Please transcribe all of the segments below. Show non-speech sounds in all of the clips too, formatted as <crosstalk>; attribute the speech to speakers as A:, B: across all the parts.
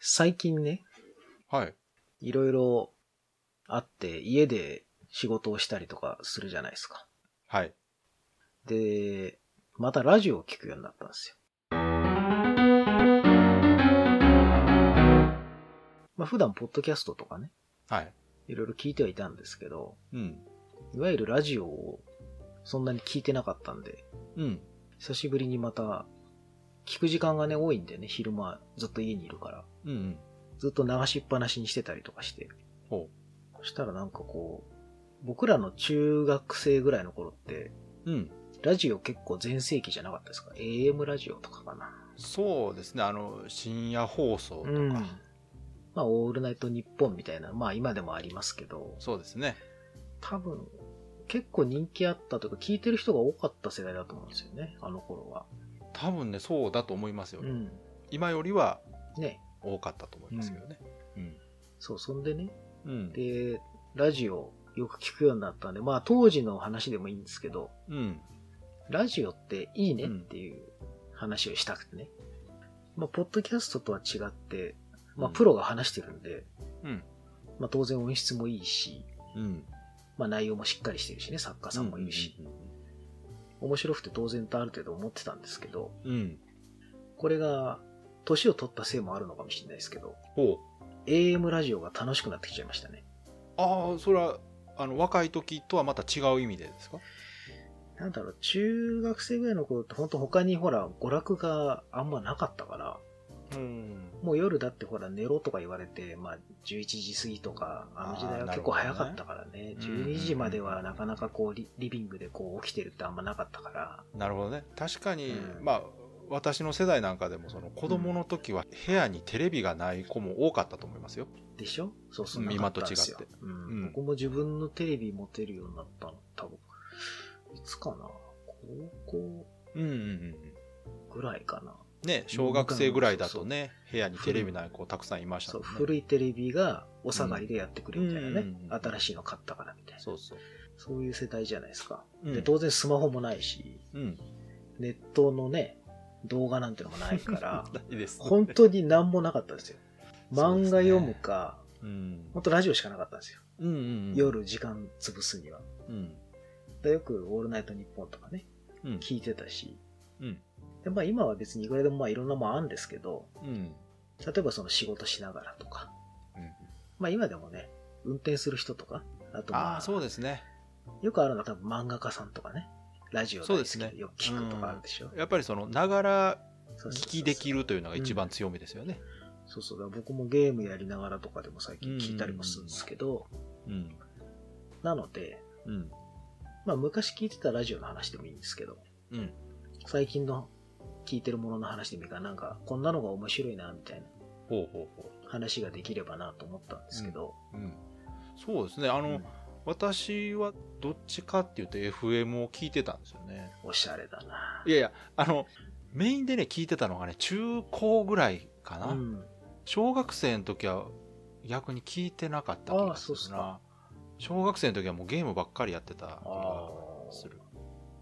A: 最近ね、
B: はい。
A: いろいろあって、家で仕事をしたりとかするじゃないですか。
B: はい。
A: で、またラジオを聞くようになったんですよ。まあ普段、ポッドキャストとかね、
B: はい。
A: いろいろ聞いてはいたんですけど、
B: うん。
A: いわゆるラジオをそんなに聞いてなかったんで、
B: うん。
A: 久しぶりにまた、聞く時間がね、多いんでね、昼間ずっと家にいるから。
B: うんうん。
A: ずっと流しっぱなしにしてたりとかして。
B: ほ
A: そしたらなんかこう、僕らの中学生ぐらいの頃って、
B: う。うん。
A: ラジオ結構全盛期じゃなかったですか ?AM ラジオとかかな。
B: そうですね。あの、深夜放送とか。
A: うん。まあ、オールナイトニッポンみたいな、まあ今でもありますけど、
B: そうですね。
A: 多分、結構人気あったというか、聞いてる人が多かった世代だと思うんですよね、あの頃は。
B: 多分ね、そうだと思いますよ。
A: うん。
B: 今よりは
A: ね。
B: 多かったと思いますけどね。うん。
A: そう、そんでね、
B: うん。
A: で、ラジオよく聞くようになったんで、まあ当時の話でもいいんですけど、
B: うん。
A: ラジオっていいねっていう話をしたくてね。まあ、ポッドキャストとは違って、まあ、プロが話してるんで、
B: うん。
A: まあ、当然音質もいいし、
B: うん。
A: まあ、内容もしっかりしてるしね、作家さんもいるし、面白くて当然とある程度思ってたんですけど、
B: うん。うん。
A: これが、年を取ったせいもあるのかもしれないですけど、
B: ほう。
A: AM ラジオが楽しくなってきちゃいましたね。
B: ああ、それは、あの、若い時とはまた違う意味でですか
A: なんだろう、中学生ぐらいの頃って本当他にほら、娯楽があんまなかったから、
B: うん。
A: もう夜だってほら寝ろとか言われて、まあ11時過ぎとか、あの時代は結構
B: あーな
A: 早
B: るほ
A: か
B: どね
A: ったからね、
B: うんうんうん
A: 12時まではなかなかこうリリビングでこう起きてるってあんまなかったから、
B: なるほどね。確かに、
A: うん
B: まあ、私の世代なんかでもその子供の時は部屋にテレビがない子も多かったと思いますよ。
A: でしょそうそうう、
B: ん
A: なかったんですよ
B: 今と違。
A: う
B: うんん。
A: 僕も自分のテレビ持てるようになったの、多分。いつかな高
B: うんうんうん。
A: 校ぐらいかな。
B: ね、小学生ぐらいだとね、部屋にテレビない子たくさんいました
A: そ
B: も
A: う、
B: んね。
A: 古いテレビがお下がりでやってくれるみたいな
B: うんうん
A: ね
B: う。んうん
A: 新しいの買ったからみたいな。
B: そうそう。
A: そういう世代じゃないですか。
B: うん
A: で、当然スマホもないし、
B: うん。
A: ネットのね、動画なんてのもない
B: <laughs>
A: から、
B: いいです。
A: 本当に何もなかったんですよ。
B: そうで
A: 漫
B: す
A: 画
B: ね
A: 読むか、
B: うん。
A: 本当ラジオしかなかったんですよ。
B: うんうんうん。。
A: 夜時間潰すには。
B: うん。
A: でよくオールナイトニッポンとかね、
B: うん。
A: 聞いてたし。
B: うん。
A: で、まあ今は別にいくらでもまあいろんなもんあるんですけど、
B: うん。
A: 例えばその仕事しながらとか、まあ今でもね、運転する人とか、あと
B: あ
A: ま
B: あ、
A: あ、
B: そうですね。
A: よくあるのは多分漫画家さんとかね、ラジオ
B: そう
A: 大
B: で
A: 好
B: す
A: き
B: ね
A: でよく聞くとかあるでしょ。
B: やっぱりその、ながら
A: そうそうそうそう
B: 聞きできるというのが一番強みですよね。
A: そうそうだ、僕もゲームやりながらとかでも最近聞いたりもするんですけど、
B: うん。
A: なので、
B: うん。
A: まあ昔聞いてたラジオの話でもいいんですけど、
B: うん。
A: 最近の聞いてるものの話でもいいから、なんかこんなのが面白いな、みたいな
B: ほうほうほ
A: 話ができればなと思ったんですけど、
B: う。うん。そうですね。あの、
A: うん
B: 私はどっちかっていうと FM を聞いてたんですよね。
A: おしゃれだな。
B: いやいや、あの、メインでね、聞いてたのがね、中高ぐらいかな。
A: うん、
B: 小学生の時は逆に聞いてなかった気がす
A: ああそうっす
B: るな
A: か
B: 小学生の時はもうゲームばっかりやってた気
A: あ
B: がする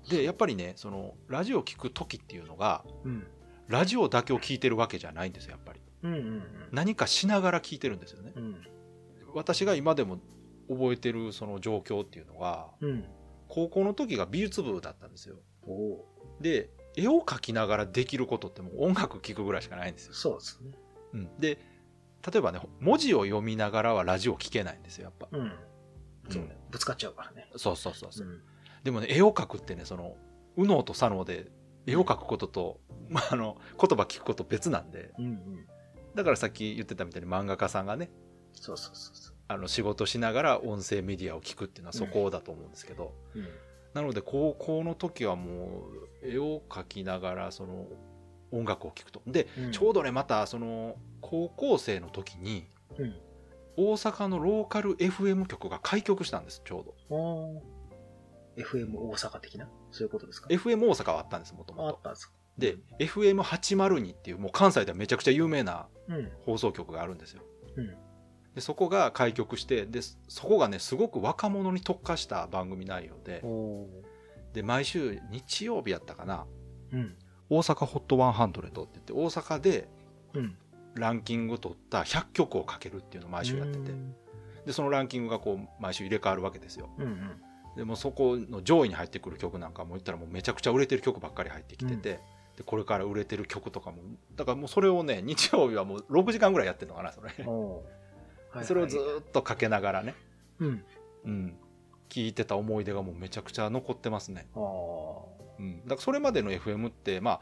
B: でやっぱりねそのラジオ聞く時っていうのが
A: ーうん。
B: ラジオだけを聞いてるわけじゃないんですよやっぱり
A: うんうん
B: 何かしながら聞いてるんですよね
A: うん。
B: 私が今でも覚えてるその状況っていうのが
A: うん。うん。
B: 高校の時が美術部だったんですよ
A: おお
B: で絵を描きながらできることってもう音楽聴くぐらいしかないんですよ、
A: そうですね。
B: うん、で例えばね文字を読みながらはラジオ聞けないんですよやっぱ
A: うん。そう
B: う
A: ね。ぶつかっちゃうからね。
B: そうそうそうそうう、
A: ん。
B: でもね絵を描くってねその右脳と左脳で絵を描くことと、まあ、あの言葉聞くこと別なんで
A: うんうん。
B: だからさっき言ってたみたいに漫画家さんがね
A: そうそうそうそ
B: あの仕事しながら音声メディアを聞くっていうのはそこだと思うんですけど、
A: う。うん。
B: なので高校の時はもう絵を描きながらその音楽を聞くとで
A: うん
B: ちょうどねまたその高校生の時に
A: うん
B: 大阪のローカル FM 局が開局したんですちょうど
A: おー FM 大阪的なそういうことですか
B: FM 大阪はあったんですもとも
A: ああ
B: と
A: ったんですか
B: で FM802 っていうもう関西ではめちゃくちゃ有名な
A: うん。
B: 放送局があるんですよ、
A: うん
B: でそこが開局してでそこがねすごく若者に特化した番組内容で
A: おお
B: で毎週日曜日やったかな
A: ー。うん。
B: 大阪ホットワンハンドレッドって言って大阪で
A: うん。
B: ランキング取った100曲をかけるっていうのを毎週やってて
A: うん
B: でそのランキングがこう毎週入れ替わるわけですよ
A: うんうん。
B: でもうそこの上位に入ってくる曲なんかも言ったらもうめちゃくちゃ売れてる曲ばっかり入ってきてて、でこれから売れてる曲とかもだからもうそれをね <laughs> 日曜日はもう6時間ぐらいやってるのかなそれ、
A: おーはい
B: それをず
A: はい
B: ーっとかけながらね、
A: うん。
B: うん、聞いてた思い出がもうめちゃくちゃ残ってますね、
A: ああ。
B: うん、だからそれまでの FM って、まあ、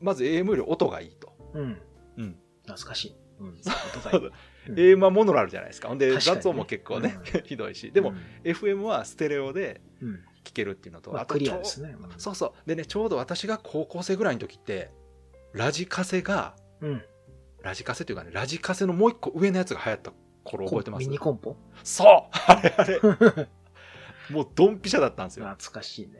B: まず AM より音がいいと、
A: うん。
B: うん、
A: 懐かしい。うん。う
B: う
A: ん
B: AM はモノラルじゃないですかほんで
A: 確かにね
B: 雑音も結構ね、
A: う
B: <laughs> ひどいしでも、
A: うん
B: FM はステレオで
A: うん。
B: 聴けるっていうのと、
A: まあ、
B: と
A: クリア
B: ちょう
A: ですね。
B: そうそう。でね、ちょうど私が高校生ぐらいの時って、ラジカセが、
A: うん。
B: ラジカセというかね、ラジカセのもう一個上のやつが流行った頃覚えてます
A: ミニコンポ
B: そうあれあれ
A: <laughs>
B: もうドンピシャだったんですよ。
A: 懐かしいね。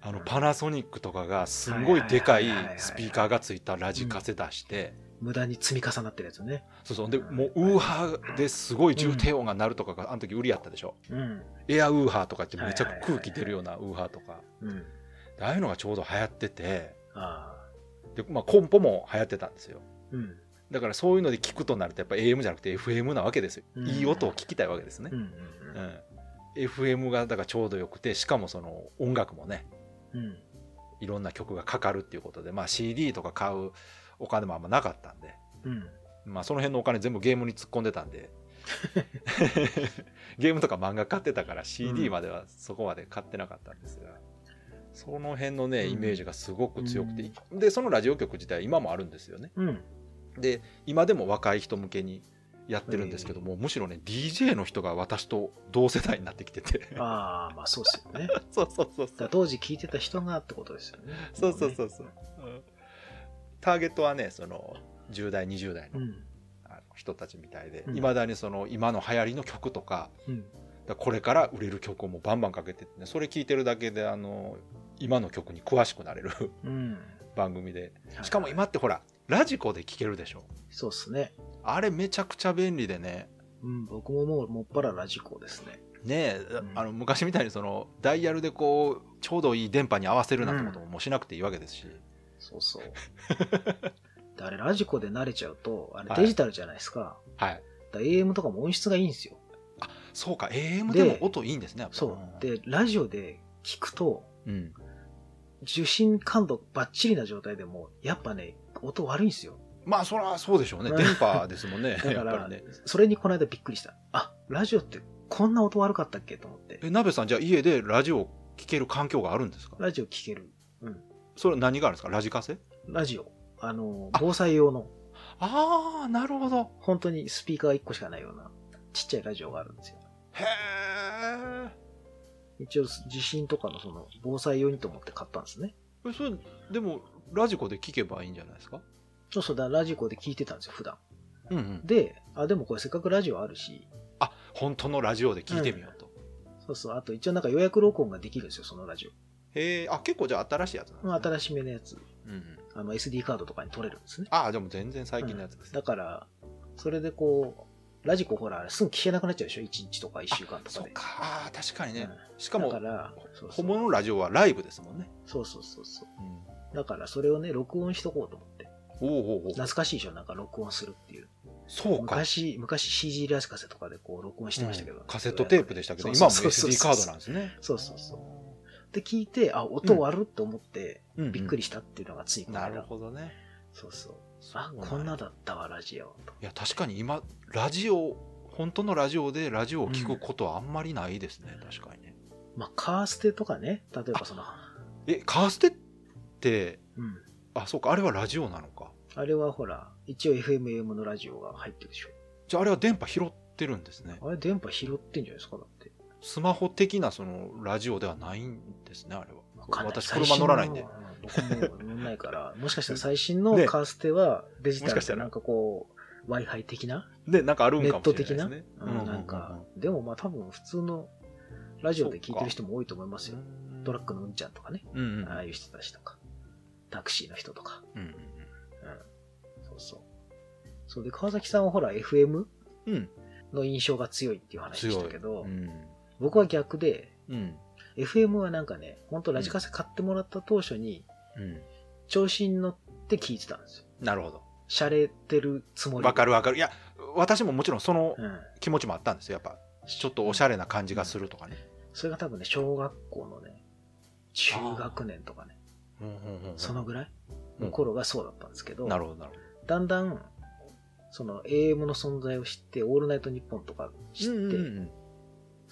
B: あの、パナソニックとかがすごいでかい
A: はいはいはいはいはい
B: スピーカーがついたラジカセ出して、
A: 無駄に積み重なってるやつね。
B: そうそう。で、
A: はい
B: もうウーハーですごい重低音が鳴るとかが、あの時売りやったでしょ。
A: うん。
B: エアウーハーとかってめちゃく空気出るようなウーハーとか。
A: うん。
B: でああいうのがちょうど流行ってて、
A: ああ。
B: で、まあコンポも流行ってたんですよ。
A: うん。
B: だからそういうので聞くとなるとやっぱ AM じゃなくて FM なわけですよ、
A: うん
B: いい音を聞きたいわけですね
A: う、ん。
B: うん FM がだからちょうどよくてしかもその音楽もね
A: うん。
B: いろんな曲がかかるっていうことで、まあ、CD とか買うお金もあんまなかったんで、
A: うん。
B: まあ、その辺のお金全部ゲームに突っ込んでた
A: <laughs>
B: んでゲームとか漫画買ってたから CD まではそこまで買ってなかったんですが、その辺のね
A: うん
B: イメージがすごく強くて、でそのラジオ局自体今もあるんですよね
A: うん。
B: で今でも若い人向けにやってるんですけども、むしろね DJ の人が私と同世代になってきてて
A: ああ、まあそうですよね。だか
B: <laughs> そうそうそうそ
A: ら
B: う
A: 当時聞いてた人がってことですよね。
B: そうそうそうそう、うんターゲットはねその10代20代
A: う
B: の
A: ん。
B: あの人たちみたいで
A: うん
B: いま、未だにその今の流行りの曲とか
A: うん。
B: だからこれから売れる曲をもうバンバンかけてってねそれ聞いてるだけであの今の曲に詳しくなれる <laughs>
A: うん。
B: 番組で
A: はい
B: しかも今ってほらラジコで聴けるでしょ
A: そうですね。
B: あれめちゃくちゃ便利でね
A: うん。僕ももうもっぱらラジコですね。
B: ねえ、
A: うん
B: あの昔みたいにそのダイヤルでこうちょうどいい電波に合わせるなんてことももうしなくていいわけですし、
A: そう
B: <laughs>
A: そう。であれラジコで慣れちゃうと、あれ
B: はい
A: デジタルじゃないですか。
B: はい
A: だから AM とかも音質がいいんですよ。
B: そうか AM でも音いいんですねやっぱ
A: そう。で、ラジオで聞くと、
B: うん、
A: 受信感度バッチリな状態でも、やっぱね、音悪いんですよ。
B: まあそりゃそうでしょうね
A: うん
B: 電波ですもん <laughs> ね
A: だ
B: や
A: か
B: っ
A: ら
B: ぱりね
A: それにこの間びっくりした。あ、ラジオってこんな音悪かったっけと思って。
B: え鍋さんじゃあ家でラジオ聴ける環境があるんですか
A: ラジオ聞ける。うん。
B: それ何があるんですかラジカセ
A: ラジオ。あの
B: あ、
A: 防災用の、
B: ああなるほど
A: 本当にスピーカーが1個しかないような、ちっちゃいラジオがあるんですよ。
B: へえ
A: 一応、地震とかのその、防災用にと思って買ったんですね。
B: えそれでもラジコで聴けばいいんじゃないですか
A: そうそうだ、ラジコで聞いてたんですよ、普段。
B: うんうん
A: で、あ、でもこれせっかくラジオあるし、
B: あ本当のラジオで聴いてみようと、
A: そうそう、あと一応なんか予約録音ができるんですよ、そのラジオ。
B: へえあ結構じゃあ新しいやつなんですね
A: まあ新しめのやつ。
B: うんうん
A: あの、SD カードとかに取れるんですね。
B: ああ、でも全然最近のやつです、
A: だから、それでこう、ラジコほら、すぐ聞けなくなっちゃうでしょ ?1 日とか1週間とか
B: そう
A: で。
B: か、ああ確かにね。
A: うん
B: しかも
A: だ、から、そうそ
B: 本
A: う
B: 物のラジオはライブですもんね。
A: そうそうそうそう。だから、それをね、録音しとこうと思って。
B: おうおうおう
A: 懐かしいでしょなんか録音するっていう。
B: そうか。
A: 昔、昔 CG ラジカセとかでこう録音してましたけど。
B: うんカセットテープでしたけど、
A: そう
B: 今
A: そ
B: は
A: う
B: も
A: そう
B: う
A: そう
B: SD カードなんですね。
A: そうそうそう
B: そ
A: で聞いて、あ、音割るって思って、
B: うんうん
A: びっくりしたっていうのがついこの
B: な
A: 間
B: るほどね。
A: そうそう。
B: そう
A: あ
B: ん、や
A: こんなだったわ、ラジオ。と
B: いや、確かに今、ラジオ、本当のラジオでラジオを聞くことはあんまりないですね、確かにね。
A: まあ、カーステとかね、例えばその、
B: え、カーステって、
A: うん。
B: あ、そうか、あれはラジオなのか。
A: あれはほら、一応 FMM のラジオが入ってるでしょ。
B: じゃあ、あれは電波拾ってるんですね。
A: あれ電波拾ってんじゃないですかだって。
B: スマホ的なそのラジオではないんですね、あれは。
A: わかんない
B: 私、車乗らないんで。。
A: 最新のうん僕も乗んないから、もしかしたら最新の
B: ね
A: カーステはデジタ
B: もしか
A: ル
B: した
A: で
B: ら
A: なんかこう、Wi-Fi 的な、
B: で、なんかあるん
A: ネッ
B: かもし
A: ト
B: れない
A: 的
B: です
A: な、
B: ね。
A: うんなんか、でもまあ多分普通のラジオで聞いてる人も多いと思いますよ。トラックのうんちゃんとかね、
B: うんうん
A: ああいう人たちとか、タクシーの人とか。
B: うん
A: うん。そうそう。そうで、川崎さんはほら FM
B: うんうん
A: の印象が強いっていう話でしたけど、
B: うん
A: 僕は逆で、
B: うん、
A: FM はなんかね、本当ラジカセ買ってもらった当初に、
B: うん、
A: 調子に乗って聞いてたんですよ。
B: なるほど
A: 洒落てるつもりで。
B: わかるわかるいや私ももちろんその
A: うん。
B: 気持ちもあったんですよやっぱちょっとおしゃれな感じがするとかね、
A: それが多分ね、小学校のね、中学年とかね、
B: うんうんうんうん
A: そのぐらい
B: うん
A: の頃がそうだったんですけど、
B: なるほどなるほ
A: だんだん、その AM の存在を知って、オールナイトニッポンとか知って、
B: どうんうんうん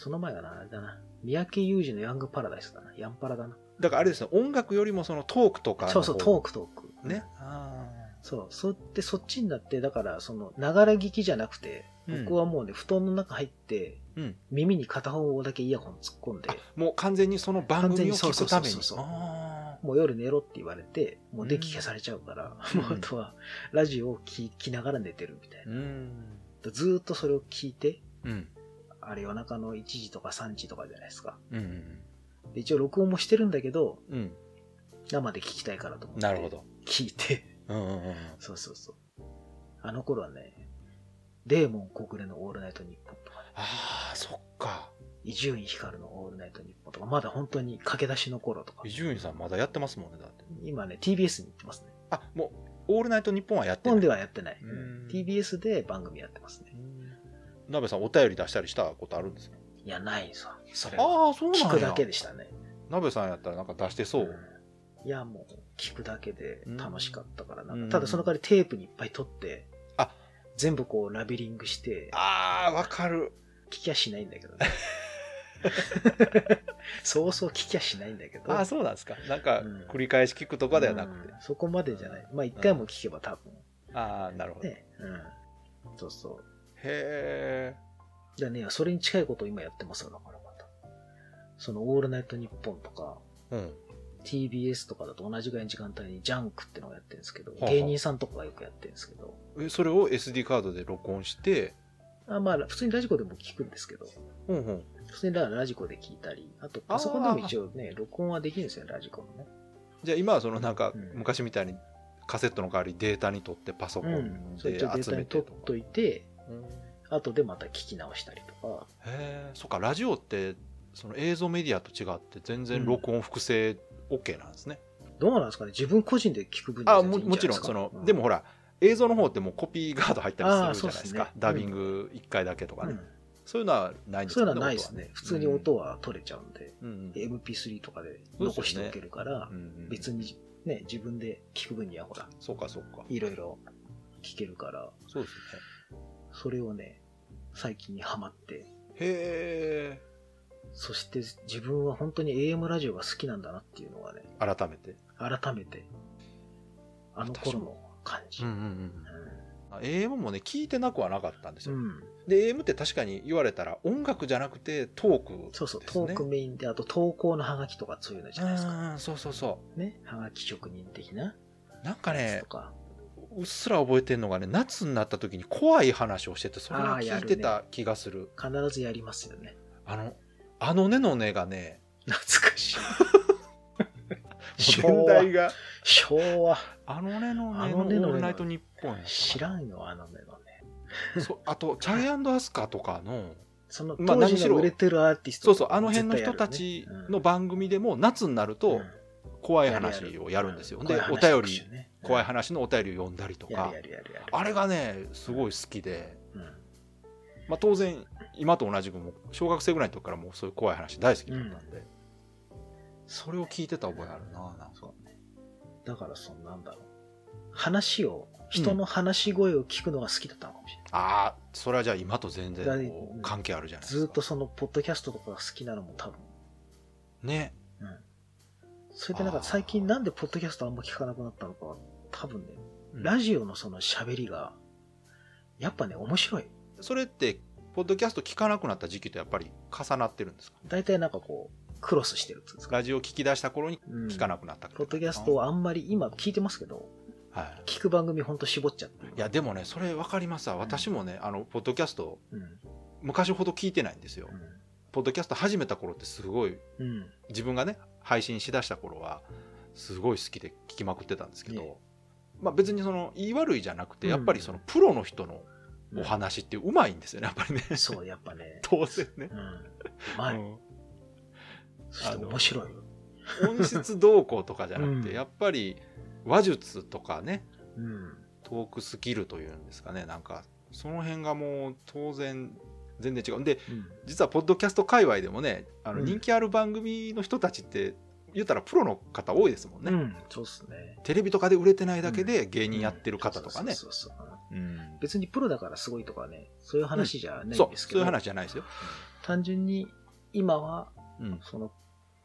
A: その前がな、あれだな、三宅裕二のヤングパラダイスだな、ヤンパラだな。
B: だからあれですね音楽よりもそのトークとか
A: そうそう、トー
B: ク
A: クトーク。
B: ね。あ
A: そう、そってそっちになって、だから、その、ながら聞きじゃなくて、
B: うん
A: 僕はもうね、布団の中入って、
B: ーうん
A: 耳に片方だけイヤホン突っ込んで
B: あ、もう完全にその番組を
A: 完全にそう
B: 聞
A: そう
B: くため
A: そ
B: に
A: うそうそう
B: あ
A: もう夜寝ろって言われて、もう電気
B: うん
A: 消されちゃうから、<laughs>
B: うん
A: もうあとはラジオを聞きながら寝てるみたい
B: ーう
A: な。
B: ん
A: ずーっとそれを聞いて、
B: うん
A: あれ夜中の1時とか3時とかじゃないですか。
B: うんうん
A: で一応録音もしてるんだけど、
B: うん
A: 生で聞きたいからと思って。
B: なるほ。ど
A: 聞いて、 <laughs>
B: うんうんうんうん
A: そうそうそう。あの頃はね、デーモン国連のオールナイトニッポンとかね、
B: あーそっか
A: 伊集院光のオールナイトニッポンとか、まだ本当に駆け出しの頃とか
B: 伊、集院さんまだやってますもんねだって
A: 今ね、TBS に行ってますね。
B: あもう「オールナイトニッポン」はやっ
A: 日
B: て
A: 本
B: る
A: ではやってない。
B: うん
A: TBS で番組やってますね。
B: なべさんお便り出したりしたことあるんですか
A: いや、ないぞ。それは
B: ああそうなんや
A: 聞くだけでしたね。
B: なべさんやったらなんか出してそう、
A: ん。いや、もう、聞くだけで楽しかったからな。
B: うん
A: ただ、その代わりテープにいっぱい取って、
B: あ
A: 全部こう、ラベリングして、
B: ああわかる
A: 聞きゃしないんだけどね。 <laughs> そうそう聞きゃしないんだけど。
B: ああそうなんですかなんか
A: うん
B: 繰り返し聞くとかではなくて、
A: うんそこまでじゃない。まあ、一回も聞けば多分。
B: ああなるほど、
A: ね。うん。そうそう。
B: へえ
A: じゃね、それに近いことを今やってますよ、だからまた。その、オールナイトニッポンとか、
B: うん、
A: TBS とかだと同じぐらいの時間帯にジャンクってのをやってるんですけど
B: はあ、はあ
A: 芸人さんとかがよくやってるんですけど、
B: えそれを SD カードで録音して、
A: あまあ、普通にラジコでも聞くんですけど、
B: うんうん、
A: 普通にララジコで聞いたり、あとパソコンでも一応ね、録音はできるんですよね、ラジコのね。
B: じゃあ今はそのなんか
A: うん
B: 昔みたいにカセットの代わりデータに取ってパソコン
A: そう
B: で
A: いったデー
B: 集
A: タ
B: め
A: に
B: て
A: 取
B: と
A: っ
B: か、
A: といて、
B: うんへ
A: 後でまた聞き直したりとか、
B: えそっかラジオってその映像メディアと違って全然録音複製 OK なんですね、
A: どうなんですかね、自分個人で聞く分には
B: あ
A: 全
B: も
A: 然いい
B: も
A: じ
B: ち
A: ゃな
B: ろ
A: いす
B: ん
A: か
B: その、
A: うん
B: でもほら映像の方ってもうコピーガード入ったり
A: あー
B: するじゃないですか
A: そうっすね
B: ダビング1回だけとか
A: う
B: ね、
A: ん
B: そういうのはないんです
A: そうい
B: よ
A: うのはないですね普通に音、は取れちゃうんで、
B: 音はうんうん
A: MP3 とかで残しておけるから、
B: うん
A: 別にね、自分で聞く分にはほら、
B: そうかそうか
A: いろいろ聞けるから、
B: そうです
A: それをね、最近にハマって、
B: ねへえ
A: そして自分は本当に AM ラジオが好きなんだなっていうのがね、
B: 改めて、
A: 改めて、あの頃の感じ。うん
B: ん AM もね聞いてなくはなかったんです
A: う
B: よ、
A: ん、
B: で AM って確かに言われたら音楽じゃなくてトークです、ね、
A: そうそう、トークメインで、あと投稿のハガキとかそういうのじゃないですか。
B: あーそうそうそ
A: ね、ハガキ職人的な
B: うなんか
A: やつ
B: ね
A: とか。
B: うっすら覚えてるのがね夏になった時に怖い話をしててそれを
A: あーや
B: 聞い
A: る
B: て
A: ね
B: た気がする
A: 必ずやりますよね。
B: あの、あのねのねがね、
A: 懐かしい。昭和
B: <laughs> 年代。が、
A: 昭和。
B: あのねの
A: あ
B: ねの
A: のねの
B: オ
A: ねの
B: ールナイトニッポンやったかな
A: 知らんよ、あのねのね。
B: そうあと、チャイアンドアスカとか
A: <laughs>
B: の、
A: その
B: まあ
A: 当
B: 何し
A: 時
B: ろ
A: の売れてるアーティス
B: そ
A: ト
B: うそう、あの辺の
A: 絶対
B: 人
A: やるよね
B: たち
A: うん
B: の番組でも、夏になると怖い話をやるんですよ。で、お便り、怖い
A: 話
B: 話のお便りを読んだりと
A: や
B: か
A: る、やるやるやる
B: あれがね、すごい好きで、
A: う
B: まあ当然、今と同じく、もう小学生ぐらいの時からもうそういう怖い話大好きだったんで、それを聞いてた覚えあるな、なん
A: ん
B: か。
A: そうねだからそのなんだろう話を人の話し声を聞くのが好きだったのかもしれない、
B: ああ、それはじゃあ今と全然
A: だい
B: こう関係あるじゃないですか。
A: ずーっとそのポッドキャストとかが好きなのも多分
B: ね。
A: それでなん
B: あ
A: か
B: ー
A: 最近なんでポッドキャストあんま聞かなくなったのかは多分ね
B: うん
A: ラジオのその喋りがやっぱね面白い
B: それってポッドキャスト聞かなくなった時期とやっぱり重なってるんですか
A: 大体なんかこうクロスしてるっていうんですか、
B: ラジオ聞き出した頃に
A: うん
B: 聞かなくなった
A: ポッドキャストはあんまり今聞いてますけど
B: はい
A: 聞く番組ほんと絞っちゃってる
B: いやでもねそれ分かりますわ私もねあのポッドキャスト
A: うん
B: 昔ほど聞いてないんですよポッドキャスト始めた頃ってすごい
A: うんうん
B: 自分がね配信しだした頃はすごい好きで聞きまくってたんですけど、
A: ええ
B: まあ別にその言い悪いじゃなくて
A: うん
B: やっぱりそのプロの人の
A: うん
B: お話ってうまいんですよねやっぱりね
A: そうやっぱね
B: <laughs> 当然ね
A: う、んうまい、
B: うん
A: そして面白い
B: 音質動向とかじゃなくて、
A: うん
B: やっぱり話術とかね
A: うん
B: トークスキルというんですかねなんかその辺がもう当然全然違うんで
A: うん
B: 実はポッドキャスト界隈でもねあの
A: うん
B: 人気ある番組の人たちって言ったらプロの方多いですもんね、
A: うん、そうっすね。
B: テレビとかで売れてないだけで芸人やってる方とかね
A: そうそうそうそう
B: うん
A: 別にプロだからすごいとかね、そういう話じゃないん
B: そ
A: で
B: う
A: すけ
B: そ
A: ど、
B: ういう話じゃないですよ、
A: 単純に今は、
B: うん
A: その、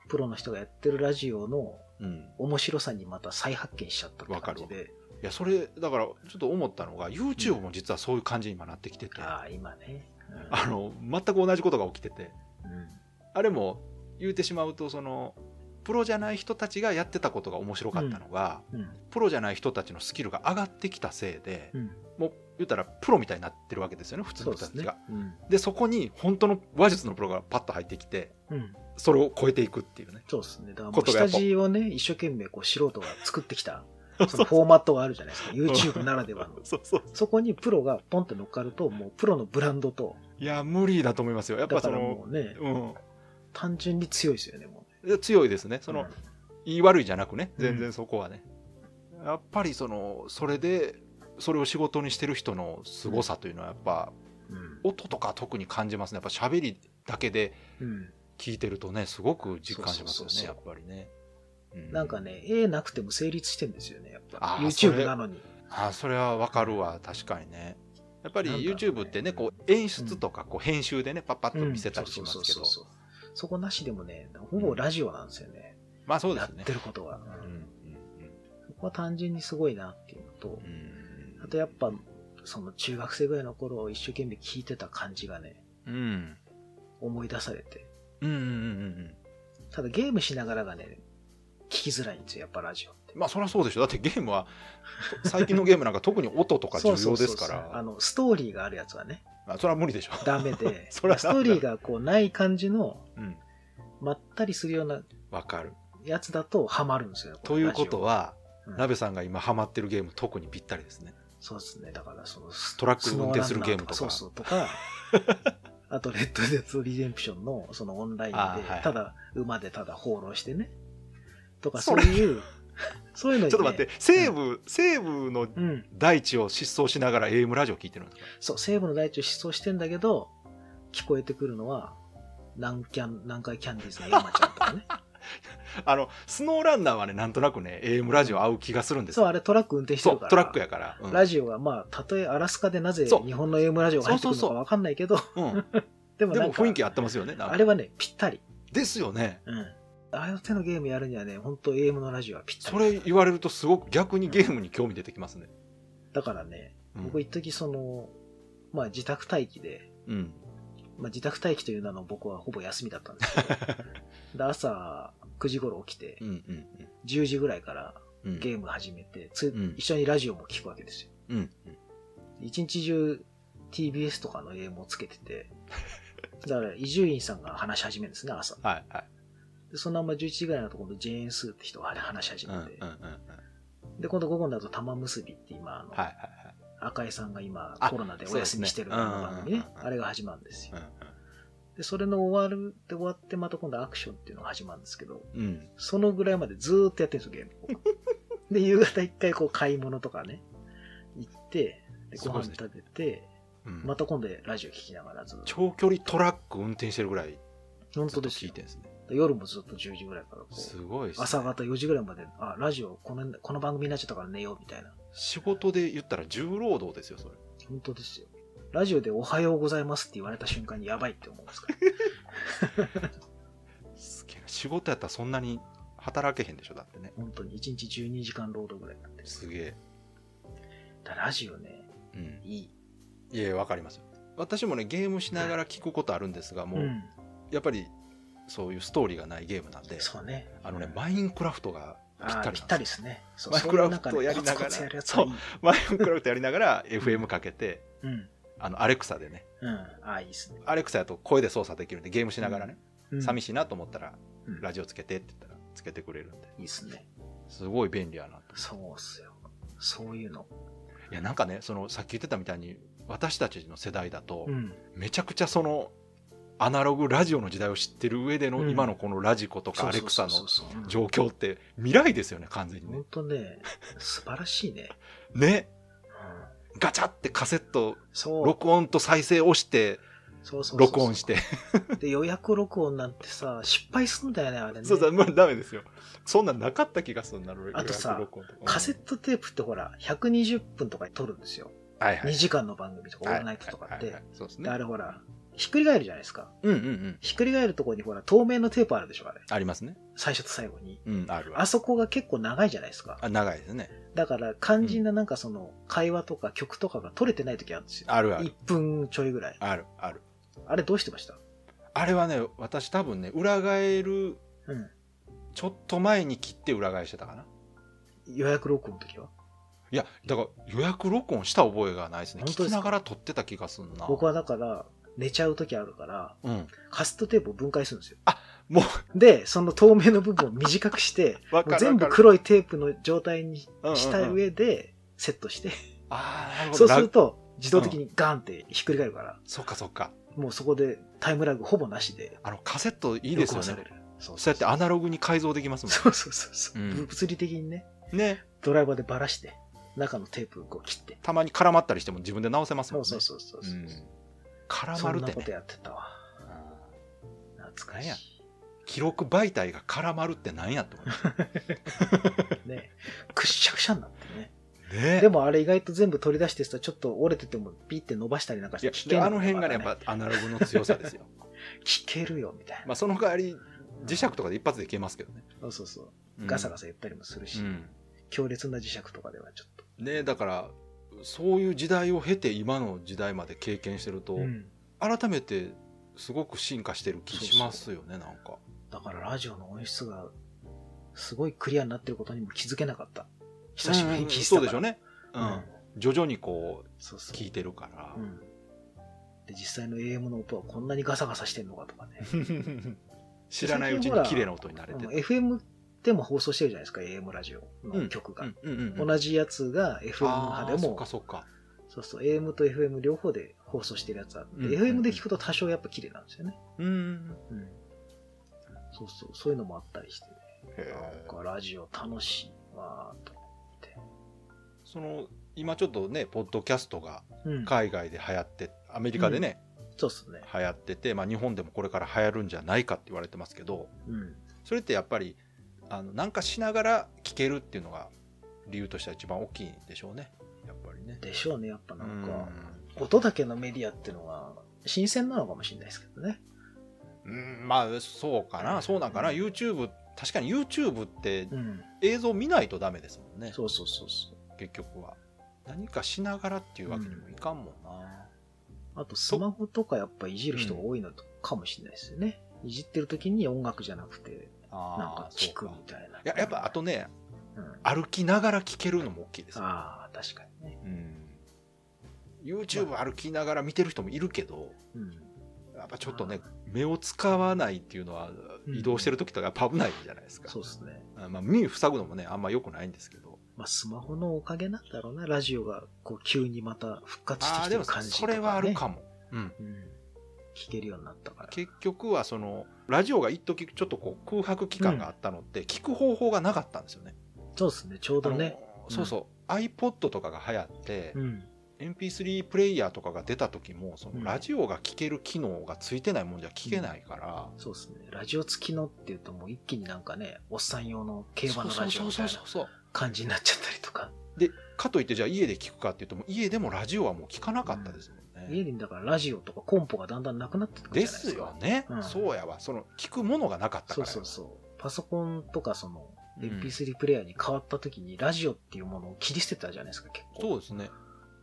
A: プロの人がやってるラジオの
B: うん、
A: 面白さにまた再発見しちゃったって感じで、
B: いやそれだからちょっと思ったのが YouTube も実はそういう感じに今なってきてて、
A: ああ、今ね。うん
B: あの全く同じことが起きてて
A: うん
B: あれも言うてしまうとそのプロじゃない人たちがやってたことが面白かったのが、
A: うん
B: プロじゃない人たちのスキルが上がってきたせいで、
A: うん
B: もう言ったらプロみたいになってるわけですよね普通
A: そ
B: の
A: うで
B: 人た
A: す
B: ち
A: ね
B: が。。
A: うん
B: でそこに本当の話術のプロがパッと入ってきて
A: うん
B: それを超えていくっていうね。
A: そうですね。だからも
B: こ
A: う
B: とがや
A: 下
B: っぱ
A: 地をね、一生懸命こう素人が作ってき
B: <laughs>
A: た、そのフォーマットがあるじゃないですか。YouTube ならではの。
B: そうそう
A: そこにプロがポンって乗っかると、もうプロのブランドと、
B: いや無理だと思いますよやっぱ
A: だか
B: そ
A: ら
B: の
A: も、うね、
B: うん
A: 単純に強いですよね、もうね。
B: いや、強いですねその、
A: うん
B: 言い悪いじゃなくね
A: うん
B: 全然そこはね、やっぱりそのそれでそれを仕事にしてる人の凄さというのはやっぱ
A: うん
B: 音とか特に感じますねやっぱ喋りだけで
A: うん
B: 聞いてるとねすごく実感しますよ
A: そうそう
B: ね
A: そうそう
B: やっぱりね、う
A: なんかね、絵なくても成立してんですよね、やっぱ
B: あ。ーそ
A: YouTube
B: れ
A: なのに。
B: あそれはわかるわ確かにねやっぱり
A: なんだろうね
B: YouTube ってねこう演出とかこう編集でねパッパッと
A: うん
B: 見せたりしますけど
A: そうそうそうそうそこなしでもね、ほぼラジオなんですよね。
B: まあそうで
A: やっ
B: すね
A: てることが。
B: うん
A: うんそこは単純にすごいなっていうのと
B: うんう、ん
A: あとやっぱ、その中学生ぐらいの頃一生懸命聞いてた感じがね、
B: うん
A: 思い出されて。
B: うんうんうんうん
A: ただゲームしながらがね、聞きづらいんですよ、やっぱラジオって。
B: まあそりゃそうでしょだってゲームは最近のゲームなんか特に音とか重要です
A: そ
B: か
A: うそうそうそうあ
B: ら
A: の、ストーリーがあるやつはね、
B: あそれは無理でしょ、、
A: ダメで
B: <laughs> そりゃ
A: ストーリーがこうない感じの、
B: うん、
A: まったりするような
B: わかる
A: やつだとハマるんですよ。
B: ということ
A: は、
B: は、
A: うん
B: 鍋さんが今ハマってるゲーム特にぴったりですね
A: そうですね。だから、その、
B: トラック運転するゲームとか
A: スノーランナーとかそう
B: <laughs>
A: そう、とか、あと、レッドデッドリデンプションの、そのオンラインで
B: あーはい、
A: ただ、馬でただ放浪してね、とか、
B: そ
A: そう
B: れ
A: いう、そういうのにね
B: ちょっと待って、西部、西部の
A: うん。
B: 大地を疾走しながら AM ラジオ聞いてるんですか
A: そう、西部の大地を疾走してんだけど、聞こえてくるのは、南キャン、南海キャンディーズの山ちゃんと
B: <laughs>
A: かね。
B: あのスノーランナーはねなんとなくね AM ラジオ合う気がするんです
A: そう、
B: よ
A: あれトラック運転して
B: そ
A: るから。
B: うトラックやから、うん
A: ラジオが、まあ、たとえアラスカでなぜ
B: そう
A: 日本の AM ラジオが入ってくるの
B: そうそう
A: か
B: そう
A: わかんないけど、
B: うん
A: でも
B: で
A: なん
B: も
A: か、
B: 雰囲気合ってますよねなんか
A: あれはね、ぴったり。
B: ですよね
A: うん。ああいう手のゲームやるにはね、本当 AM のラジオはぴったり。
B: それ言われるとすごく逆にゲームに興味出てきますね、
A: だからね、
B: うん
A: 僕一時その、まあ自宅待機で、
B: うん、
A: まあ自宅待機という名の僕はほぼ休みだったん
B: <laughs>
A: ですけど、で朝9時頃起きて
B: う、んうん
A: 10時ぐらいから
B: うんうん
A: ゲーム始めて、つ
B: うん
A: 一緒にラジオも聞くわけですよ。
B: うん
A: 一日中 TBS とかの AM をつけてて、だから伊集院さんが話し始めるんですね、朝。
B: はいはい
A: でそのまま11時ぐらいのところのジェーンスーって人が話し始
B: うんう
A: め
B: んうん
A: て
B: う、んはい
A: で、今度午後になると玉結びって今、あの、
B: はいはい
A: 赤井さんが今
B: あ
A: コロナでお休みしてるあの番組
B: そう
A: ね
B: ですねうんうんうん、うん
A: あれが始まるんですよ
B: う。ん
A: で、それの終わるで終わってまた今度アクションっていうのが始まるんですけど、
B: うんうん
A: そのぐらいまでずーっとやってるんですよ、ゲームを
B: <laughs>
A: で、夕方一回こう買い物とかね、行って、ですご
B: ごいで
A: 飯
B: すね
A: 食べて、
B: うん
A: また今度ラジオ聞きながらずっと。
B: 長距離トラック運転してるぐらい
A: 本
B: ず
A: 当
B: っと
A: です
B: 聞い
A: よ。
B: てるんですね
A: で夜もずっと10時ぐらいからこ
B: す
A: う、
B: ごいですね
A: 朝方4時ぐらいまで、あ、ラジオこのこの番組になっちゃったから寝ようみたいな。
B: 仕事で言ったら重労働ですよそれ
A: 本当ですよ。ラジオでおはようございますって言われた瞬間にやばいって思うんですから
B: すげえな仕事やったらそんなに働けへんでしょだってね
A: 本当に1日12時間労働ぐらいになってる
B: すげえ
A: だからラジオね
B: うん
A: いい
B: いやいやわかりますよ私もねゲームしながら聞くことあるんですがもう、
A: ん、
B: やっぱりそういうストーリーがないゲームなんで
A: そうね
B: あのね
A: うん
B: マインクラフトがぴった
A: あ
B: りな
A: ー
B: んで
A: ぴ
B: す
A: ったりですねそう
B: マイクラフト
A: そういう中で
B: やりながら
A: コツコツやるやつはいい
B: マインクラフトやりながら FM かけて
A: うん
B: あのアレクサでね
A: うんああいいですね
B: アレクサやと声で操作できるんでゲームしながらね、寂
A: し
B: しいなと思ったら
A: い、うん
B: ラジオつけてって言ったらつけてくれるんで
A: いいですね
B: すごい便利やなと
A: そうっすよそういうの
B: いやなんかねそのさっき言ってたみたいに私たちの世代だと、
A: うん
B: めちゃくちゃそのアナログラジオの時代を知ってる上での、
A: うん
B: 今のこのラジコとかアレクサの
A: そうそうそうそう
B: 状況って未来ですよね完全にね
A: 本。当ね素晴らしいね
B: ねガチャってカセット、
A: そう。
B: 録音と再生押して、
A: そうそうそうそう
B: 録音して。
A: で、予約録音なんてさ、失敗すんだよね、あれね。
B: そうそう、もうダメですよ。そんなんなかった気がするな、ロ
A: あとさ
B: 録音とか
A: カセットテープってほら、120分とかで撮るんですよ。
B: はいは
A: 2
B: い
A: 時間の番組とか、オールナイトとかっ
B: はいはいは
A: て
B: い。そうです
A: で、あ
B: ね。
A: れほら、ひっくり返るじゃないですか。
B: うんうんうん。
A: ひっくり返るところにほら、透明のテープあるでしょ、あれ。
B: ありますね。
A: 最初と最後に。
B: うん、あるわ
A: あそこが結構長いじゃないですか。
B: あ長いですね。
A: だから、肝心ななんかその、会話とか曲とかが撮れてない時あるんですよ。
B: あるあ
A: 1
B: る。
A: 分ちょいぐらい。
B: あるある。
A: あれどうしてました
B: あれはね、私多分ね、裏返る
A: うん。
B: ちょっと前に切って裏返してたかな。
A: 予約録音の時はい
B: や、だから予約録音した覚えがないですね。
A: 本当
B: 聞
A: です
B: き
A: か
B: ながら撮ってた気がすんな。
A: 僕はだから、寝ちゃう時あるから、
B: うん。
A: カセットテープを分解するんですよ。
B: あも
A: で、その透明の部分を短くして、も
B: わ
A: う
B: かる
A: 全部
B: わかる
A: 黒いテープの状態にした
B: うんうんうん
A: 上で、セットして、
B: ああ、なるほど。
A: そうする
B: ラグ
A: と、自動的にガンってひっくり返るから、
B: そっかそっか。
A: もうそこでタイムラグほぼなしで、
B: あの、カセットい
A: い
B: いですよね。
A: そう
B: そうやってアナログに改造できますも
A: そうそうそうそう、
B: うん
A: 物理的にね、
B: ん。ね。
A: ドライバーでばらして、中のテープをこう切って。
B: たまに絡まったりしても自分で直せますも
A: そ
B: ん
A: う
B: ね。
A: そうそうそう。う
B: うん絡
A: そ
B: まる
A: ん
B: っ
A: な
B: て
A: こと
B: ね。
A: やってたわ。
B: あー
A: 懐か
B: なんや
A: し
B: 記録媒体が絡まるってなんやと思っ
A: い。ね。くっしゃくしゃになってね。
B: て。 <laughs> ね
A: でもあれ意外と全部取り出してさ、ちょっと折れててもピって伸ばしたりなんかし
B: いや
A: て聞け
B: で
A: る
B: あの辺がね、や
A: ま
B: っ
A: だ
B: ぱアナログの強さですよ。 <laughs>
A: 聞けるよみたいな。
B: まあ、その代わり、磁石とかで一発で消えますけどね。
A: そうそうそう。ガサガ
B: サ。
A: サ言ったりもするし、
B: うん。
A: 強烈な磁石とかではちょっと。
B: ね、だから、そういう時代を経て今の時代まで経験してると、
A: うん
B: 改めてすごく進化してる気しますよね、なんか。
A: だからラジオの音質がすごいクリアになってることにも気づけなかった。久しぶりに聞いてた
B: そ
A: から
B: うでしょうね。う
A: うん
B: ん。徐々にこ
A: そうそう
B: う、聞いてるから
A: <laughs> う。んで実際の AM の音はこんなにガサガサしてんのかとかね。
B: 知らないうちに綺麗な音になれ
A: うん
B: てて。
A: FM でも放送してるじゃないですか、AM ラジオ
B: う
A: の
B: ん
A: 曲が。
B: うんうんうんうん
A: 同じやつが FM
B: あ
A: 派
B: ー
A: で
B: そっ
A: も
B: か、そっか。
A: そうそう、AM と FM 両方で放送してるやつあって、
B: うん
A: FM で聞くと多少やっぱ綺麗なんですよね。
B: うん。
A: うん。そうそう、そういうのもあったりして、なんかラジオ楽しいわーと。
B: その、今ちょっとね、ポッドキャストが
A: うん。
B: 海外で流行って、アメリカでね、
A: そうっすね。
B: 流行ってて、まあ日本でもこれから流行るんじゃないかって言われてますけど、
A: うん。
B: それってやっぱりあのなんかしながら聞けるっていうのが理由としては一番大きいんでしょうねやっぱりね
A: でしょうね、やっぱなんか、
B: う
A: 音だけのメディアっていうのが新鮮なのかもしれないですけどね。
B: んうんまあそうかなそうなんかな、
A: うん
B: YouTube 確かに YouTube って
A: うん。
B: 映像見ないとダメですもんね
A: そうそうそうそう。
B: 結局は何かしながらっていうわけにもいかんもんな、
A: あと、スマホとかやっぱいじる人が多いのかもしれないですよね。いじってる時に音楽じゃなくて、
B: あ
A: なんか
B: あそ
A: 聞
B: う
A: く
B: か
A: みたいな。
B: いややっぱあとね
A: うん、
B: 歩きながら聞けるのも大きいです、
A: ああ、確かにね。
B: うん YouTube 歩きながら見てる人もいるけど、
A: うん。
B: やっぱちょっとね、目を使わないっていうのは、
A: うん
B: 移動してる時とかやっぱ危ないじゃないですか。
A: そうですね。
B: あまあ、耳塞ぐのもね、あんま良くないんですけど。
A: まあ、スマホのおかげなんだろうな、ラジオがこう急にまた復活して
B: ああ
A: き
B: ー、
A: て
B: で
A: る
B: も
A: 感じと
B: そ
A: か、ね、
B: れはあるかも。うん。
A: うん。聞けるようになったから。
B: 結局は、その、ラジオが一時ちょっとこう空白期間があったのって、聞く方法がなかったんですよね。
A: そうですね、ちょうど
B: あの
A: ね。
B: そうそう。iPod とかが流行って
A: う、ん。
B: MP3 プレイヤーとかが出た時も、そ
A: うん
B: のラジオが聞ける機能がついてないもんじゃ聞けないから、
A: そうですね。ラジオ付きのっていうともう一気になんかね、おっさん用の競馬のラジオみたい
B: そう
A: な
B: そうそうそうそう。
A: 感じになっちゃったりとか。
B: でかといってじゃあ家で聞くかっていうともう家でもラジオはもう聞かなかったですもんね。
A: 家にだからラジオとかコンポがだんだんなくなってくる
B: で
A: じゃないです
B: す
A: か。
B: よね、
A: うん
B: そうやわその聞くものがなかったか
A: そう
B: ら
A: そうそう。パソコンとかその
B: うん
A: MP3 プレイヤーに変わった時にラジオっていうものを切り捨てたじゃないですか、結構。
B: そうですね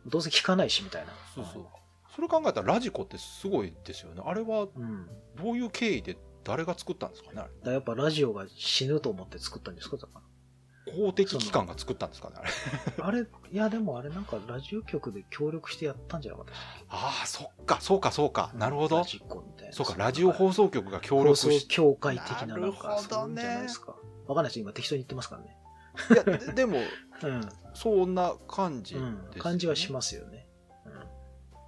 A: どうせ聞かないしみたいな。
B: そうそうそれ考えたらラジコってすごいですよねあれは
A: うん。
B: どういう経緯で誰が作ったんですかねあ
A: だからやっぱラジオが死ぬと思って作ったんですかだ
B: <laughs>
A: か
B: れ公的機関が作ったんですかねあれ
A: ら。あれ、いやでもあれなんかラジオ局で協力してやったんじゃなかったでしたっ
B: ああそっかそうかそうか
A: け
B: なるほど
A: ラジコみたいな。
B: そうかラジオ放送局が協
A: 放
B: 力
A: 送
B: し
A: 協会的ななん
B: な
A: か、
B: るほ
A: そう
B: どね
A: いうんじゃないですか。わかんないです今適当に言ってますからね。
B: いやででも
A: うん。
B: そんな感じです
A: う
B: よね、
A: ん。感じはしますよね。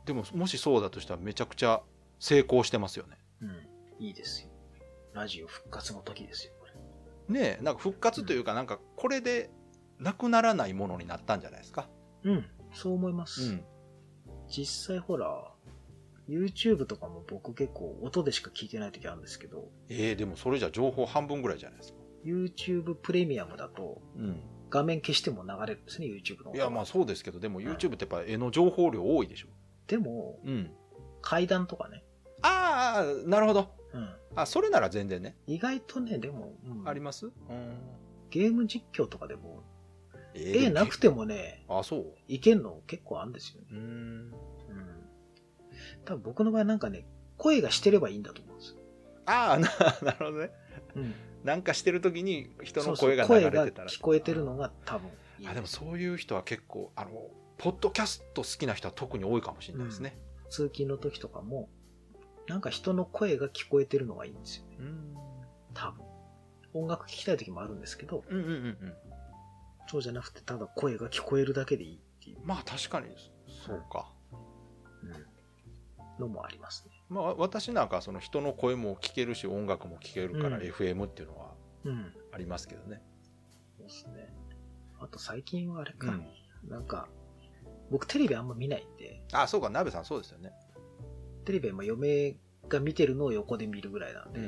B: でももしそうだとしたらめちゃくちゃ成功してますよね
A: うん。うん。いいですよ。ラジオ復活の時ですよ、これ。
B: ねえなんか復活というか、なんかこれでなくならないものになったんじゃないですか
A: うん。そう思いま
B: う
A: す。
B: ん、
A: 実際ほら、YouTube とかも僕結構音でしか聞いてない時あるんですけど、
B: えーでもそれじゃ情報半分ぐらいじゃないですか、
A: YouTube プレミアムだと
B: うん、
A: 画面消しても流れるんですね、YouTube の音
B: いやまあそうですけどでも YouTube ってやっぱ絵の情報量多いでしょ、
A: でも、
B: うん、
A: 階段とかね、
B: ああなるほど
A: うん。
B: あそれなら全然ね、
A: 意外とね、でも、うん
B: あります、うん、
A: ゲーム実況とかでも、
B: え
A: 絵なく
B: て
A: てもね、
B: あそう
A: いけんの結構あるんですよね。
B: うーん
A: うん。多分僕の場合なんかね、声がしてればいいんだと思うんですよ。
B: ああ <laughs> ななるほどね
A: うん。
B: なんかしてる時に人
A: そ
B: の
A: うそう
B: 声が流れ
A: 声
B: てたら
A: が聞こえてるのが多分いい
B: あでもそういう人は結構あのポッドキャスト好きな人は特に多いかもしれないですね、
A: 通勤の時とかも、なんか人の声が聞こえてるのがいいんですよね。
B: うん、
A: 多分。音楽聴きたい時もあるんですけど、
B: うんうんうんうん
A: そうじゃなくてただ声が聞こえるだけでいいっていう
B: まあ確かにそうか、
A: のもありますね。
B: まあ、私なんかはその人の声も聞けるし音楽も聞けるから
A: うん
B: FM っていうのは
A: うん。
B: ありますけどね、
A: そうですね。あと最近はあれか、
B: うん
A: なんか、僕テレビあんま見ないんで、
B: あそうか鍋さんそうですよね、
A: テレビは今嫁が見てるのを横で見るぐらいなんで、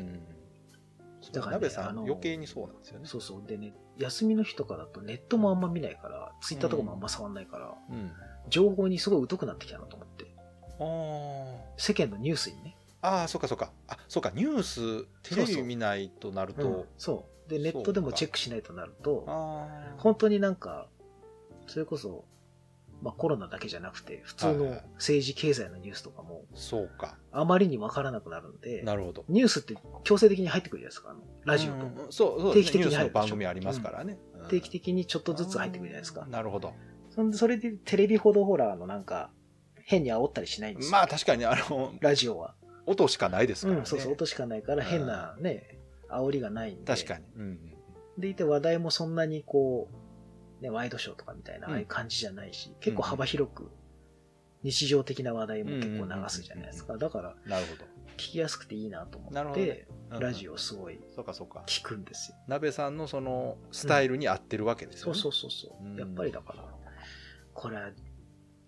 B: だ
A: だ
B: か
A: かららね
B: 鍋さ
A: あ
B: ん
A: の
B: 余計にそうなんですよね
A: そうそう。でね、休みの日とかだとネットもあんま見ないから、ツイッターとかもあんま触んないから、
B: うん
A: 情報にすごい疎くなってきたなと思って。
B: あ
A: 世間のニュースにね。
B: ああそうかそうかあそうかニューステレ
A: そうそ
B: ビ
A: う
B: 見ないとなると
A: うんそう。で、ネットでもチェックしないとなると、
B: ああ
A: 本当になんか、それこそ、まあコロナだけじゃなくて、普通
B: はいは
A: の
B: いはい
A: 政治経済のニュースとかも、
B: そうか
A: あまりにわからなくなるんで、
B: なるほど
A: ニュースって強制的に入ってくるじゃないですか、あのラジオと
B: う
A: か
B: んうんそうそうですね
A: 定期的
B: ニ
A: に
B: ュース
A: 入
B: の
A: るでしょ
B: 番組ありますからね、うん
A: 定期的にちょっとずつ入ってくるじゃないです
B: あ
A: か
B: ー。なるほど
A: そんでそれでテレビほどほら、あのなんか、変に煽ったりしないんですよ。
B: まあ確かにあの
A: ラジオは。
B: 音しかないですからね、
A: うん、そうそう、音しかないから変なね、煽りがないんで。
B: 確かに、うんうん
A: でいて話題もそんなにこう、ね、ワイドショーとかみたいな、
B: うん
A: ああいう感じじゃないし、結構幅広く、日常的な話題も結構流すじゃないですか。だから、
B: なるほ
A: 聞きやすくていいなと思
B: なる
A: っ
B: ほど
A: て、
B: ねど、
A: ラジ
B: オ
A: オすごい
B: そうかそうか
A: 聞くんですよ。
B: 鍋さんのそのスタイルに合ってるわけです
A: そ
B: よ
A: う
B: ね、
A: そうそうそう、
B: うん
A: やっぱりだから、これは、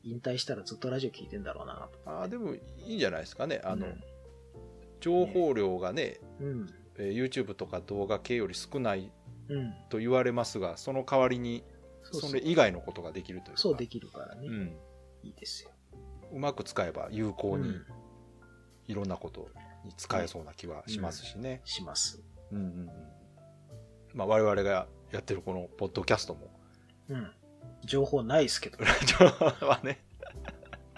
A: 引退したらずっとラジオ聞いてんだろうなと。
B: あーでもいいんじゃないですかねあの、
A: うん
B: 情報量がね
A: うん。
B: えー YouTube とか動画系より少ない
A: うん。
B: と言われますがその代わりに
A: そうそ
B: そうれ以外のことができるというか
A: そうできるからね、
B: うん、
A: いいですよ。
B: うまく使えば有効
A: う
B: に
A: ん
B: いろんなことに使えそうな気はしますしね、
A: します。
B: うんうんうんまあ、我々がやってるこのポッドキャストも
A: うん。情報ないですけど、
B: ラジオはね情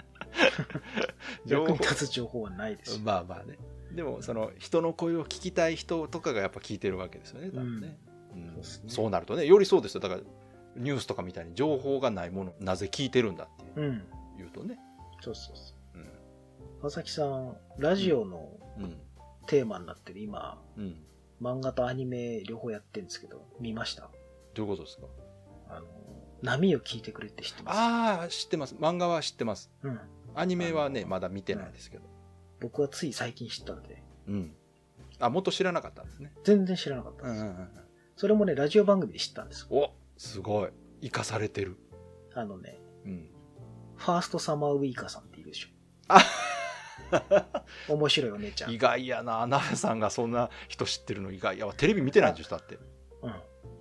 A: <laughs> 役
B: 報
A: に立つ情報はないですよ。
B: まあまあねでもその人の声を聞きたい人とかがやっぱ聞いてるわけですよね多分ね,、うん
A: そうですね
B: そうなるとねよりそうですよだからニュースとかみたいに情報がないものなぜ聞いてるんだって
A: うん。
B: いうとね、
A: そうそうそう。
B: うん
A: 川崎さん、ラジオの
B: うん
A: テーマになってる今、
B: うん、
A: 漫画とアニメ両方やってるんですけど、見ました
B: どういうことですか
A: あの、波を聞いてくれって知ってます
B: ああ知ってます漫画は知ってます
A: うん。
B: アニメはねまだ見てないですけど
A: 僕はつい最近知ったんで、
B: うんあもっと知らなかったんですね
A: 全然知らなかったんですよ、
B: ん
A: それもね、ラジオ番組で知ったんですよ
B: おすごい生かされてる
A: あのね、
B: うん
A: ファーストサマーウイカさんっているでし
B: あ
A: ょ。面白いお姉ちゃん。う
B: 意
A: ん。
B: 外やななべさんがそんな人知ってるの意外やわテレビ見てないんでしょだって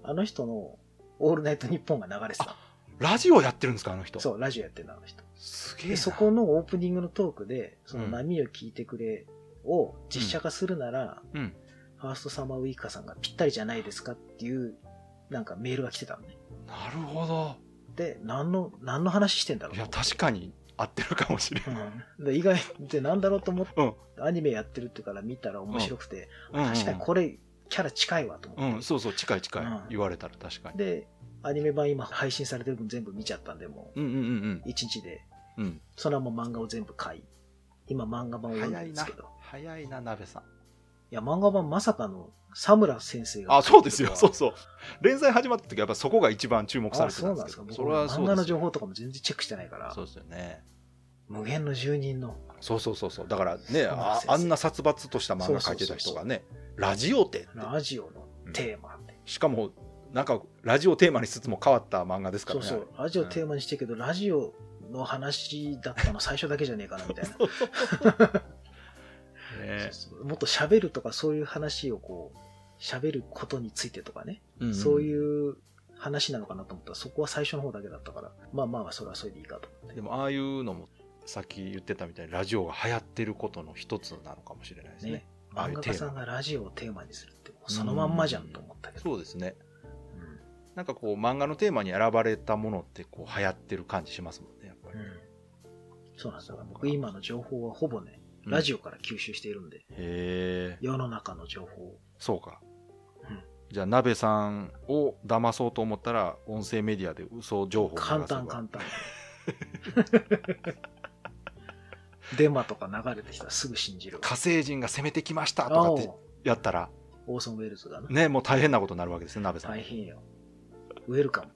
A: あの人の、オールナイトニッポンが流れてた。
B: ラジオやってるんですかあの人
A: そう、ラジオやってるの、あの人。
B: すげえ
A: で
B: な
A: そこのオープニングのトークで、その
B: うん
A: 波を聞いてくれを実写化するなら、
B: うん
A: ファーストサマーウイカさんがぴったりじゃないですかっていう、なんかメールが来てたのね。
B: なるほど
A: で、何の、何の話してんだろう
B: いや確かに合ってるかもしれない、
A: うんで意外ってなんだろうと思って、
B: うん
A: アニメやってるってから見たら面白くて、
B: うんうん、
A: 確かにこれ、キャラ近いわと思って。
B: うんそうそう近い近
A: う
B: い、
A: ん
B: 言われたら確かに
A: で、アニメ版今配信されてる分全部見ちゃったんで、も
B: うんうんうん
A: う、1日で、
B: うんうん
A: そのまま漫画を全部買い、今漫画版を読んでるんですけど。
B: 早いな鍋さん
A: いや、漫画版まさかの、佐村先生が。
B: あそうで
A: <laughs>
B: すよそうそう連載始まった時はやっぱそこが一番注目さ
A: あ
B: れて
A: そ
B: た
A: うんなん
B: で
A: ですすか。僕
B: けどそれはそう
A: 漫画
B: で
A: の
B: すよ
A: 情報とかも全然チェックしてないから
B: そ、うですよね
A: 無限の住人の、
B: そうそうそうそうだからね
A: そうなん
B: あ
A: ですよ
B: あんな殺伐とした漫画描いてた人がねラジオテって
A: ラジオのテーマって。
B: しかもなんかラジオテーマにしつつも変わった漫画ですか
A: そ
B: ら
A: う
B: ね
A: そう、ラジオテーマにしてるけど、ラジオの話だったの最初だけじゃねえかなみたい
B: <laughs>
A: な。
B: ね
A: そうそうもっと喋るとかそういう話をこう、喋ることについてとかね、
B: うん
A: そういう話なのかなと思ったら、そこは最初の方だけだったから、まあまあまあ、それはそれでいいかと思って
B: で。もああいうのもさっき言ってたみたいにラジオが流行ってることの一つなのかもしれないですね
A: ね
B: ああ
A: 漫
B: いう
A: 画
B: テ
A: 家
B: ー
A: さ
B: マ
A: んがラジオをテーマにするって、もうそのまんまじゃんと思ったけど。
B: そうですね
A: うん
B: なんかこう漫画のテーマに選ばれたものってこう流行ってる感じしますもんねやっぱり、
A: うんそうなんですよ。僕今の情報はほぼね、
B: うん
A: ラジオから吸収しているんで、
B: へえ
A: 世の中の情報を。
B: そうか、
A: うん
B: じゃあ鍋さんを騙そうと思ったら音声メディアで嘘情報を流せば
A: 簡単簡
B: <laughs>
A: 単。デマとか流れてきたらすぐ信じるわ。
B: 火星人が攻めてきましたとか
A: あ
B: ってやったら
A: オーソン・ウェルズがな。
B: ねもう大変なことになるわけですね鍋さん、
A: 大変よ。ウェルカム。